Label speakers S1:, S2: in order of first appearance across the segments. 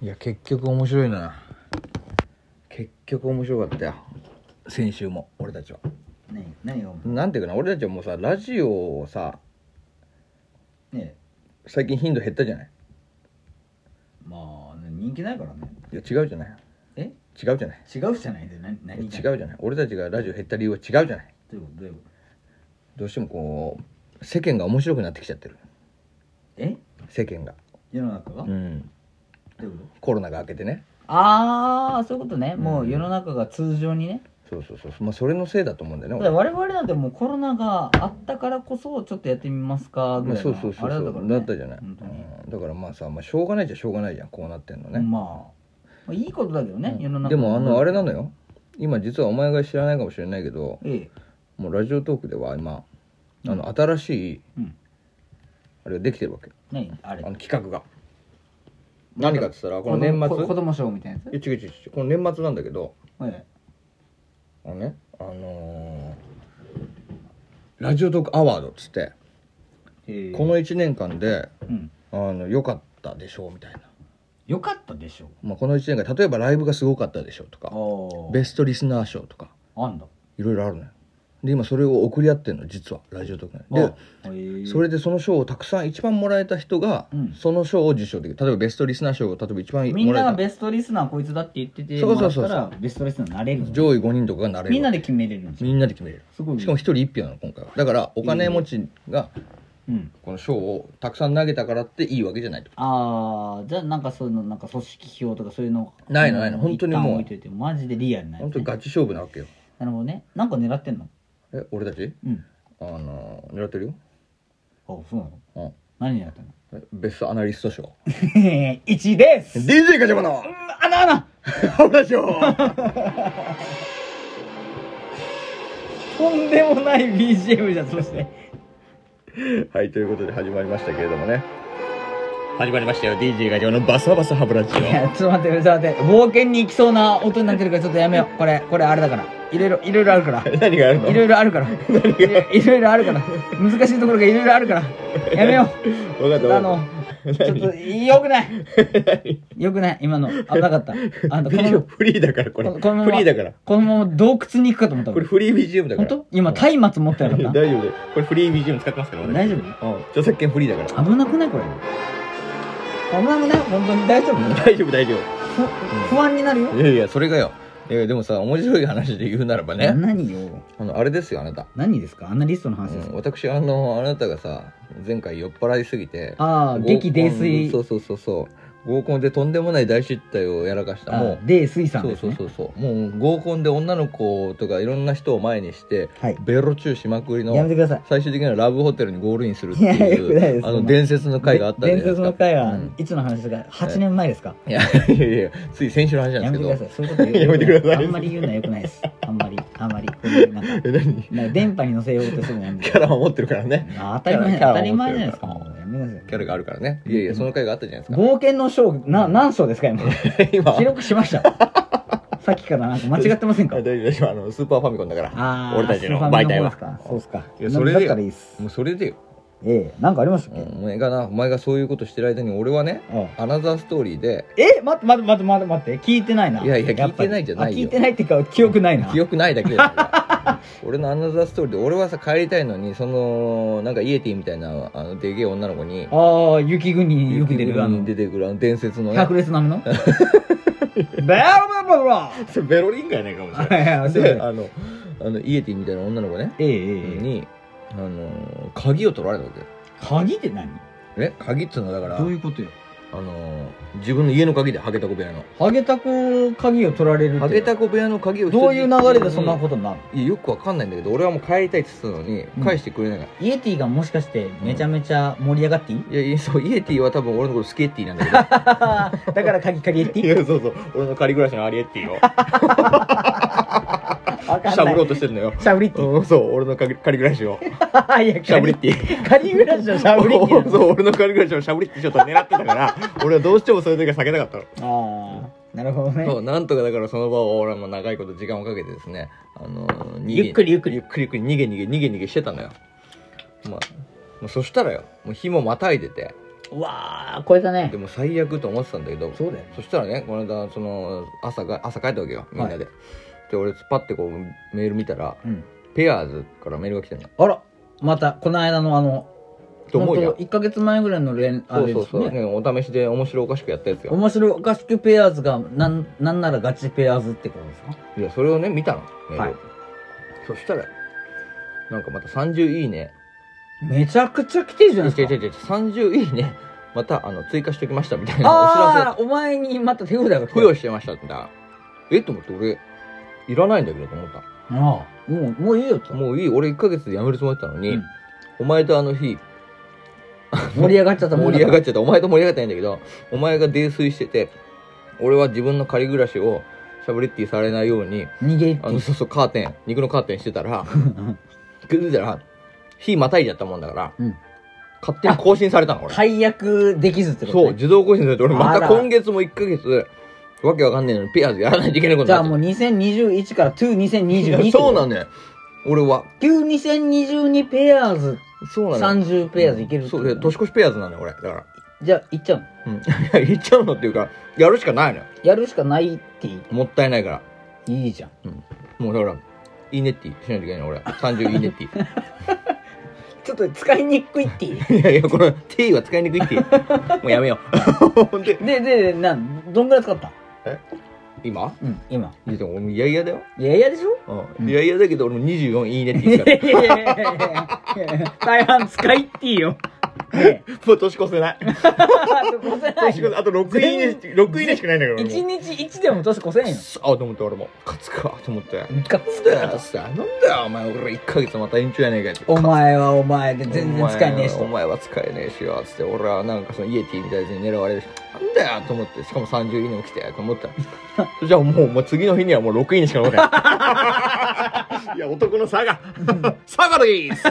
S1: いや結局面白いな結局面白かったよ先週も俺たちは
S2: 何何を
S1: なんていうかな俺たちはもうさラジオをさ
S2: ね
S1: 最近頻度減ったじゃない
S2: まあね人気ないからね
S1: いや違うじゃない
S2: え
S1: 違うじゃない
S2: 違うじゃないで何
S1: いや違
S2: 何
S1: う
S2: が
S1: じゃない俺たちがラジオ減った理由は違うじゃない
S2: どういうことどういうこと
S1: どうしてもこう世間が面白くなってきちゃってる
S2: え
S1: 世間が
S2: 世の中が、
S1: う
S2: ど
S1: ん
S2: ういうこと
S1: コロナが明けてね
S2: ああそういうことね、も
S1: う
S2: うん世の中が通常にね
S1: そうそうそうまあそれのせいだと思うんだよ
S2: た
S1: ね
S2: だ
S1: 俺
S2: 我々なんてもうコロナがあったからこそちょっとやってみますか
S1: ま
S2: ぐ
S1: あ
S2: らい
S1: そ
S2: の
S1: うそうそ
S2: あ
S1: う
S2: れだ
S1: そ
S2: ったか
S1: う
S2: らね
S1: だったじゃない、
S2: 本当に
S1: うんだからまあさ、まあ、しょうがないじゃしょうがないじゃんこうなってんのね、
S2: まあ、まあいいことだけどね、世の中
S1: でもあのあれなの
S2: よ
S1: よ今実はお前が知らないかもしれないけど
S2: ええ
S1: もうラジオトークでは今あの新しい
S2: うん
S1: あれができてるわけ
S2: 何あれ
S1: あの企画が何かって言ったらこの年
S2: 子供子
S1: 末
S2: 供賞みたいなやつ
S1: いや違う違う違うこの年末なんだけど
S2: え
S1: あのねあのーラジオトークアワードっつって
S2: え
S1: この1年間で
S2: うん
S1: あの良かったでしょうみたいな、
S2: よかったでしょ
S1: まあ、この1年間例えばライブがすごかったでしょうとか
S2: あ
S1: ベストリスナー賞とか
S2: あんだ
S1: いろいろあるのよで今それを送り合ってるの実はラジオトーク内で
S2: あへえ
S1: それでその賞をたくさん一番もらえた人が、
S2: うん
S1: その賞を受賞できる例えばベストリスナー賞を例えば一番
S2: みん
S1: も
S2: な
S1: ら
S2: が
S1: え
S2: ベストリスナーこいつだって言ってて
S1: そうそうそう
S2: もらったらベストリスナーになれる
S1: た上位5人とかがなれる
S2: みんなで決めれるんですよ
S1: みんなで決めれる
S2: すごい
S1: しかも1人1票なの今回はだからお金持ちが
S2: うん
S1: この賞をたくさん投げたからっていいわけじゃないと
S2: ああじゃあなんかそういうのなんか組織表とかそういうの
S1: ないのないの
S2: うん
S1: 本当にもう
S2: 一旦置いといてマジでリアルなや
S1: 本
S2: つ
S1: 当に
S2: ね
S1: ガチ勝負なわけよ
S2: なるほどねなんか狙ってんの
S1: え俺たち
S2: うん
S1: あの狙ってるよ、
S2: あそうなの
S1: うん、
S2: 何狙ってんの
S1: えベストアナリスト賞
S2: 1ですう
S1: DJ ガチャバの
S2: んあなあな
S1: 油賞
S2: とんでもない BGM じゃんそして
S1: はい、ということで始まりましたけれどもね。始まりましたよ、DJ ガチャのバサバサハブラジオ。
S2: いやちょっと待ってちょっと待って冒険に行きそうな音になってるからちょっとやめようこれこれあれだからいろいろいろいろあるから
S1: 何があるの
S2: いろいろあるからいろいろあるから難しいところがいろいろあるからやめよう
S1: わか
S2: ちょっ
S1: っ
S2: と
S1: た
S2: あのちょっとよくない よくない今の危なかったあのこ
S1: ビデオ
S2: の
S1: フリーだから、これ。
S2: こ
S1: フ
S2: このまま
S1: リーだから。
S2: このまま洞窟に行くかと思った
S1: これ
S2: もん
S1: フリー BGM だか
S2: 本
S1: ら。
S2: 当今松明持ってなか
S1: いや
S2: っ
S1: 大丈夫だよ。これフリー BGM 使ってますから、
S2: た
S1: 俺
S2: 大丈
S1: うん。著作権フリーだから。
S2: 夫危なくないこれ危なくない本当に大丈夫
S1: 大丈夫、大丈
S2: ふ不安になるよ
S1: 夫。いやいや、それがよ。いやでもさ、面白い話で言うならばね、
S2: 何よ
S1: あの、あれですよ、あなた。
S2: 何ですかアナリストの話
S1: う
S2: です
S1: ん、
S2: か
S1: 私、あの、あなたがさ、前回酔っ払いすぎて、
S2: ああ激泥酔
S1: そうそうそうそう。合コンでとんでもない大失態をやらかした。もう
S2: あ、で水産
S1: そう
S2: です
S1: そう
S2: ね
S1: そうそうもう合コンで女の子とかいろんな人を前にして
S2: はい
S1: ベロチューしまくりの
S2: やめてください
S1: 最終的にはラブホテルにゴールインするって
S2: いやよくない
S1: い
S2: で
S1: う
S2: す
S1: あ
S2: そん
S1: の
S2: な
S1: 伝説の回があったんじゃ
S2: で
S1: ない
S2: 伝
S1: です
S2: 説
S1: か
S2: の会は
S1: うん
S2: いつの話ですか8年前ですか
S1: いやいやいやつい先週の話なんですけど
S2: やめてくださいそういうこと言う
S1: やめてください
S2: あんまり言うのはよくないですあんまりあんまりこういうなん か
S1: え何
S2: なんか電波に乗せようとするのやめ
S1: キ
S2: て
S1: ャラを持ってるからね
S2: あ当たり前
S1: キャラ
S2: 当たり前じゃないですか
S1: キャラ
S2: もうやめなさい
S1: キャラがあるからねいやいやその回があったじゃない
S2: 冒険の章な何章です か今
S1: ですか今
S2: 記録しましたさっきからなんか間違ってませんか
S1: あ大丈夫大丈夫あのスーパーファミコンだから
S2: あ ー
S1: 俺たちの
S2: スーパー
S1: 媒
S2: ミ
S1: 体
S2: ノ
S1: は
S2: フォーですかそうですか
S1: いやそれで
S2: だったらいいです
S1: もうそれでよ
S2: ええなんかありましたっ
S1: うん
S2: け
S1: お前がなお前がそういうことしてる間に俺はね
S2: ええ
S1: アナザーストーリーで
S2: え待って待って待って待って待って聞いてないない
S1: やいや
S2: っぱ
S1: 聞いて
S2: り
S1: ないじゃないよ
S2: あ聞いてないっていうか記憶ない な
S1: 記憶ないだけ だから俺のアナザーストーリーで俺はさ帰りたいのにそのなんかイエティみたいなあのでげえ女の子に
S2: ああ雪国によく出てくるあ
S1: 雪国
S2: の
S1: に出てくるあの伝説のね
S2: 百列なめのベロベロベロ
S1: それベロリンガやないかも
S2: いやいやすいませ
S1: で
S2: ん
S1: あのあのイエティみたいな女の子ね
S2: ええええええ
S1: にあの鍵を取られたわけよ
S2: 鍵って何
S1: え鍵っつうのはだから
S2: どういうことよ
S1: あの自分の家の鍵でハゲタコ部屋の
S2: ハゲタコ鍵を取られるって
S1: ハゲタコ部屋の鍵を
S2: どういう流れでそんな
S1: と
S2: ことになるの、
S1: いやよくわかんないんだけど俺はもう帰りたいっつってたのに
S2: うん
S1: 返してくれないから、
S2: イエティがもしかしてめちゃめちゃ盛り上がっていい、
S1: いやいやそうイエティは多分俺のことスケッティなんだけど
S2: だから鍵鍵エ テ
S1: い
S2: ィ
S1: やそうそう俺の仮暮らしのアリエッティ を
S2: わかん
S1: しゃ
S2: な
S1: ぶ
S2: い
S1: ろうとしてるの よ
S2: しゃぶりってィ
S1: うんそう俺の仮仮暮らしを
S2: いや
S1: しゃぶりっ
S2: テ
S1: てィ
S2: ィカニグラスのしゃぶりってィな の
S1: そう俺の仮暮らしのしゃぶりってちょっと狙ってたから 俺はどうしてもそういう時は避けたかったの
S2: ああなるほどね
S1: そうなんとかだからその場を俺はもう長いこと時間をかけてですねあのー逃げ
S2: ゆっくりゆっくり
S1: ゆっくりゆっくり逃げ逃げ逃げ逃げしてたのよまあもうそしたらよもう日もまたいでて
S2: うわー超えたね
S1: でも最悪と思ってたんだけど
S2: そうだよ
S1: そしたらねこの間その朝が朝帰ったわけよみんなで、で俺パッてこうメール見たら
S2: うん
S1: ペアーズからメールが来たの
S2: あらまたこの間のあの
S1: と思うじゃん
S2: 1か月前ぐらいの連あ
S1: そう
S2: れ
S1: そ
S2: で
S1: う
S2: す
S1: そう、
S2: ね
S1: ね、お試しで面白おかしくやったやつよ
S2: 面白おかしくペアーズがなんなんならガチペアーズってことですか
S1: いやそれをね見たのメールを、
S2: はい
S1: そしたらなんかまた30いいね
S2: めちゃくちゃ来てるじゃ
S1: 違う
S2: ないです
S1: 違
S2: か
S1: う違う30いいねまたあの追加しておきましたみたいなお知ら
S2: ああお前にまた手札が
S1: せ
S2: 来て
S1: 付
S2: る
S1: 与してましたってなえと思って俺いらないんだけどと思っ
S2: ああもうもういいよ
S1: た
S2: と
S1: もういい俺1ヶ月で辞めるつもりだったの
S2: う
S1: に、
S2: ん
S1: お前とあの日
S2: 盛り上がっちゃったもん
S1: 盛り上が
S2: っ
S1: っちゃったお前と盛り上がってないんだけどお前が泥酔してて俺は自分の仮暮らしをシャブレッティされないように
S2: 逃げ
S1: あのそうそうカーテン肉のカーテンしてたら気づいたら火またいじゃったもんだから、
S2: うん
S1: 勝手に更新されたの俺、
S2: 解約できずってこと
S1: そう
S2: ね
S1: 自動更新されて俺ま
S2: あ
S1: た
S2: ら
S1: 今月も1ヶ月わけわかんねえのにペアーズやらないといけないこと
S2: じ
S1: に
S2: ゃあ
S1: な
S2: も
S1: っ
S2: う2021から
S1: ちゃったいや
S2: 22022
S1: そうな
S2: の
S1: んだよ俺は
S2: 旧2022ペアーズ
S1: そうなんだよ
S2: 30ペアーズいけるってこ
S1: そ
S2: と
S1: うで年越しペアーズなんだよ俺だから、
S2: じゃあいっちゃうの
S1: うん、い や言っちゃうのっていうかやるしかないのよ
S2: やるしかないってい
S1: もったいないから
S2: いいじゃん
S1: もうだから、いいねってしないといけないの、俺。30いいね ってィ
S2: ちょっと使いにくいっていい
S1: いやいや、この t は使いにくいって。もうやめよう。ほんで、
S2: でででなんどんぐらい使った
S1: 今
S2: うん今
S1: いや、でも俺も嫌々だよ。
S2: いやいやでしょ
S1: うん。嫌々だけど、俺も24いいねって言っ
S2: い
S1: た
S2: や
S1: か
S2: いやいやいやいやいや大半使いっていいよ、ねえ
S1: ら。もう年越せない。
S2: 年越せな
S1: 年越せ
S2: い
S1: あと6いいね、6いいねしかないんだから俺も。
S2: 一日一でも年越せんよ
S1: さあ、と思って俺も、勝つか、と思って。なん
S2: ガッツ
S1: だよ、
S2: だよ
S1: なんだよ、お前、俺1ヶ月また延長やねえかよ。
S2: お前はお前で全然使えねえし
S1: お
S2: と
S1: 前は使えねえしよつって俺はなんかそのイエティみたいなやつに狙われるしなんだよと思ってしかも30位にも来てと思 ったらじゃあもうもう次の日にはもう6位にしか乗れない いや男の差が差がです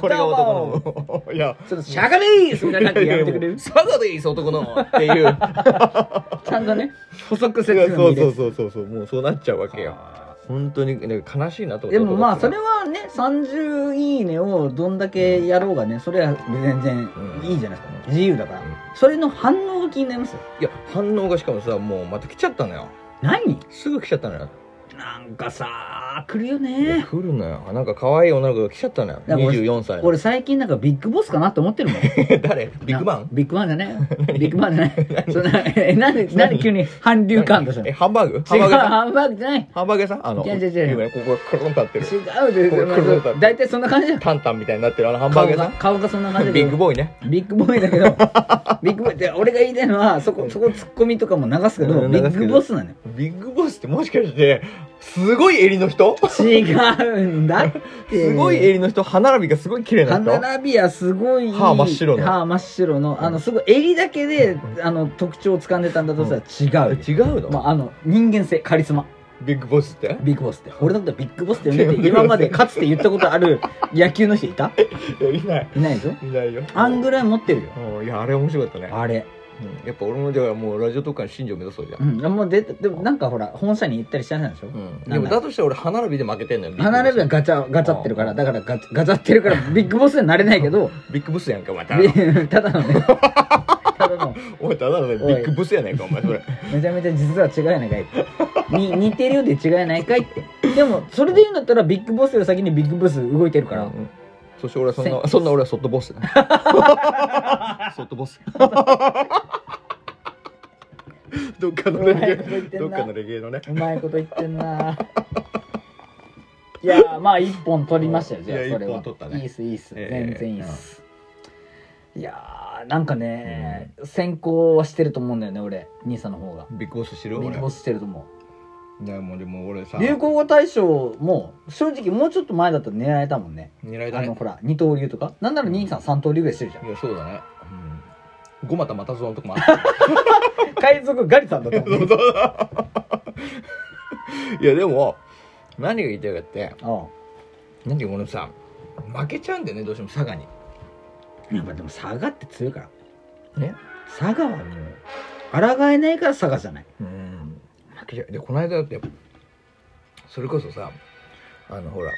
S1: これが男の いや
S2: ちょっとしゃがれーすみたいな感じでやめてくれる
S1: 差がです男のっていう
S2: ちゃんとね補足説明
S1: そう
S2: で
S1: そうそうそうそうもうそうなっちゃうわけよ
S2: あ
S1: 本当になんか悲しいなと思っ
S2: ーで
S1: て
S2: もまあそれ
S1: は
S2: はね30いいねをどんだけやろうがねそれは全然いいじゃないですか、
S1: うん
S2: 自由だから、
S1: うん
S2: それの反応が気になりますよ
S1: いや反応がしかもさもうまた来ちゃったのよ
S2: 何
S1: すぐ来ちゃったのよ
S2: なんかさ来るよ
S1: いや
S2: ね
S1: 来るのよなんか可愛い女の子が来ちゃったのよ
S2: や俺
S1: 24歳の
S2: 俺最近なんかビッグボスかなって思ってるもん
S1: 誰ビッグバン
S2: ビッグバンじゃね えビッグバンじゃないそんなえなんでなんで急に韓流感としたの
S1: えハンバーグハン
S2: 違
S1: バー
S2: う
S1: グ屋さん
S2: ハンバーグじゃない
S1: ハンバーグ屋さんあの
S2: 違う違う違う
S1: 有名なここがクロンと立って
S2: 違
S1: る
S2: うで
S1: これ黒だった
S2: 大体そんな感じだよ
S1: タンタンみたいになってるあのハンバー
S2: 顔
S1: グ屋さ
S2: が顔がそんな感じ
S1: ん
S2: だ
S1: ビ
S2: け
S1: ッグ
S2: ど
S1: ボーイね
S2: ビッグボーイだけどビッグボーイって俺が言いたいのはそこそこツッコミとかも流すけど
S1: うん
S2: ビ
S1: 流すけど
S2: ッグボスなのよ
S1: ビッグボスってもしかしてすごい襟の人
S2: 違うんだって
S1: すごい襟の人歯並びがすごい綺麗な人
S2: 歯並びはすごい
S1: 歯真っ白の
S2: 歯真っ白のあのすごい襟だけであの特徴を掴んでたんだとしたら違うよ
S1: 違う
S2: ま
S1: の
S2: あ、あの人間性カリスマ
S1: ビッグボスって
S2: ビッグボスって俺のことビッグボスって呼んでて今までかつて言ったことある野球の人いた
S1: いやいない
S2: いないでしょ
S1: いないよ
S2: あんぐらい持ってるよ
S1: うんいやあれ面白かったね
S2: あれ
S1: うんやっぱ俺もだからもうラジオ特化の新庄目指そうじゃん
S2: うん、もうででもなんかほら本社に行ったりしてないでしょ、
S1: うんでもだとしたら俺歯並びで負けてんのよビッグボス
S2: 離れるがガチャガチャってるか
S1: う
S2: ら
S1: ん
S2: だからガチャガチャってるからビッグボスになれないけど
S1: ビッグボスやんかまた
S2: で ただのねただの
S1: お前ただのねビッグボスやないかお前 それ
S2: めちゃめちゃ実は違いないかいってに似てるようで違いないかいってでもそれで言うんだったらビッグボスより先にビッグボス動いてるから、
S1: うんそして俺はそんな
S2: せ
S1: そんな俺はソットボ スソットボス どっかのレ
S2: うまいこと言っ
S1: ゲエ
S2: てん
S1: ど
S2: な
S1: っかのレゲエのね
S2: うまいこと言ってんないやーまあ一本取りましたよじゃあ
S1: いや
S2: それ
S1: 一
S2: は
S1: 本取ったね
S2: いいっすいいっす、
S1: ええ
S2: 全然いいっす、いやーなんかね、先行はしてると思うんだよね俺兄さんの方が
S1: ビッグボス知
S2: ビ
S1: る
S2: ッ
S1: 俺
S2: グボスしてると思
S1: いやもうでも俺さ
S2: う流行語大賞も正直もうちょっと前だったら狙えたもんね
S1: 狙いだ
S2: あ
S1: ね
S2: のほら二刀流とかなんなら兄さん三刀流ぐらいしてるじゃん
S1: いやそうだねうん五股またそのとこもあった
S2: 海賊ガリさんだと思う
S1: いやでも何が言いたいかって
S2: あ
S1: 何で俺さ負けちゃうんだよねどうしても佐賀に
S2: あやっぱでも佐賀って強いから
S1: ね
S2: 佐賀はもう抗えないから佐賀じゃない
S1: うん負けちゃうでこの間だってそれこそさあのほら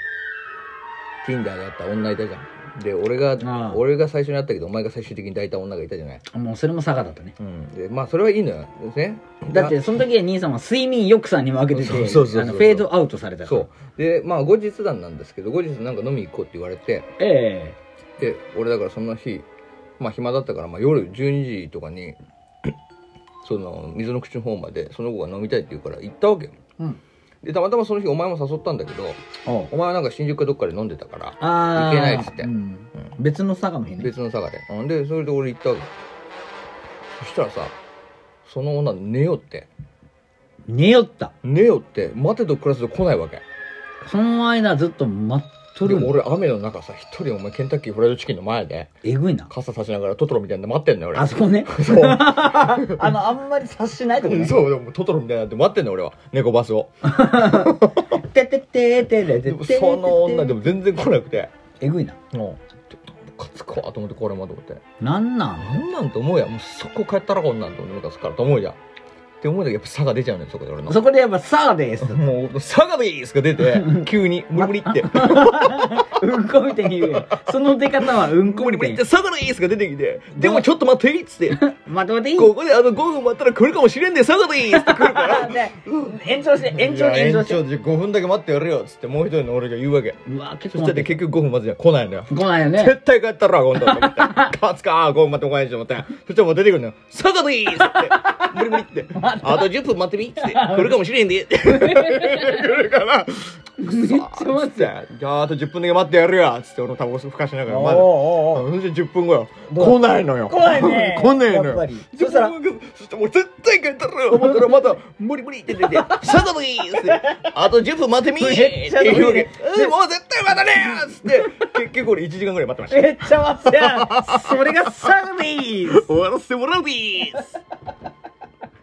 S1: Tinder で会った女いたじゃんで俺が
S2: ああ
S1: 俺が最初に会ったけどお前が最終的に抱いた女がいたじゃない
S2: もうそれも佐賀だったね
S1: うんでまあそれはいいのよですね
S2: だってその時は兄さんは睡眠抑散に分けてて
S1: そうそうそうそう
S2: あのフェードアウトされたから
S1: そうでまあ後日談なんですけど後日なんか飲み行こうって言われて
S2: え
S1: で俺だからその日まあ暇だったから、まあ、夜12時とかに その水の口の方までその子が飲みたいって言うから行ったわけよ
S2: えうん
S1: でたまたまその日お前も誘ったんだけど
S2: おう
S1: お前はなんか新宿かどっかで飲んでたから
S2: ああ
S1: いけないっつって
S2: うん、別の佐賀の日ね
S1: 別の佐賀でうんでそれで俺行ったわけそしたらさその女寝よって
S2: 寝よった
S1: 寝よって待てど暮らせど来ないわけ
S2: その間ずっと待っと
S1: で
S2: るの
S1: 俺雨の中さ一人お前ケンタッキーフライドチキンの前で
S2: えぐいな
S1: 傘差しながらトトロみたいなんで待ってんのよ俺
S2: あそこね
S1: そう
S2: あのあんまり察しないとこね
S1: そうでもトトロみたいになって待ってんの俺は猫バスを
S2: てててててて
S1: でもその女で
S2: も
S1: も全然来なくて
S2: えぐいな
S1: うんちょっとムカつくわと思ってこれもと思って
S2: なんなん
S1: なんなんと思うやんもうそこ帰ったらこんなんと思ってムカつくからと思うじゃんって思うんだけどやっぱ差が出ちゃうのよそこで俺の
S2: そこでやっぱ佐賀です
S1: もう、サガビースが出 て、急に、無理無理って、
S2: うんこみたいに言うやんその出方はうんこ
S1: 無理
S2: み
S1: 無
S2: た
S1: 理
S2: い
S1: っ
S2: に
S1: て、サガビースが出てきて、でもちょっと待っていっつって、
S2: まとめていい
S1: ここであの5分待ったら来るかもしれんで、サガビースって来るから。
S2: ね延長して 延長して延長して
S1: で5分だけ待ってやるよっつって、もう一人の俺が言うわけ。
S2: うわ
S1: そ
S2: 結構
S1: した
S2: 待っ
S1: ら
S2: て
S1: 結局5分待つじゃん、来ないのよ。
S2: 来ないよね
S1: 絶対帰ったら、今度と思って。勝つか、5分待ってこないしと思って。そしたらもう出てくるのよ。サガビースって、無理無理って、あと10分待ってみっつって、来るかもしれんで、って来るから。
S2: めっちゃ待って
S1: じゃああと10分だけ待ってやるよっつって俺もタバコふかしながら
S2: お
S1: ま
S2: ー
S1: だ
S2: おーおー
S1: そして10分後よ
S2: ど
S1: 来
S2: う
S1: ないのよ
S2: 来ないね
S1: 来ないの
S2: やっぱ
S1: よ
S2: りそしたら
S1: 10分後そしたらもう絶対帰ったらよ思ったらまた「無理無理」って出て「サダブイ!」っつって「あと10分待ってみ!」って言うわ
S2: めっ
S1: け
S2: ち
S1: 「うんもう絶対待たねえ!」っつって結局俺1時間ぐらい待ってました
S2: めっちゃ待ってたそれがサガです
S1: 終わらせてもらうビーす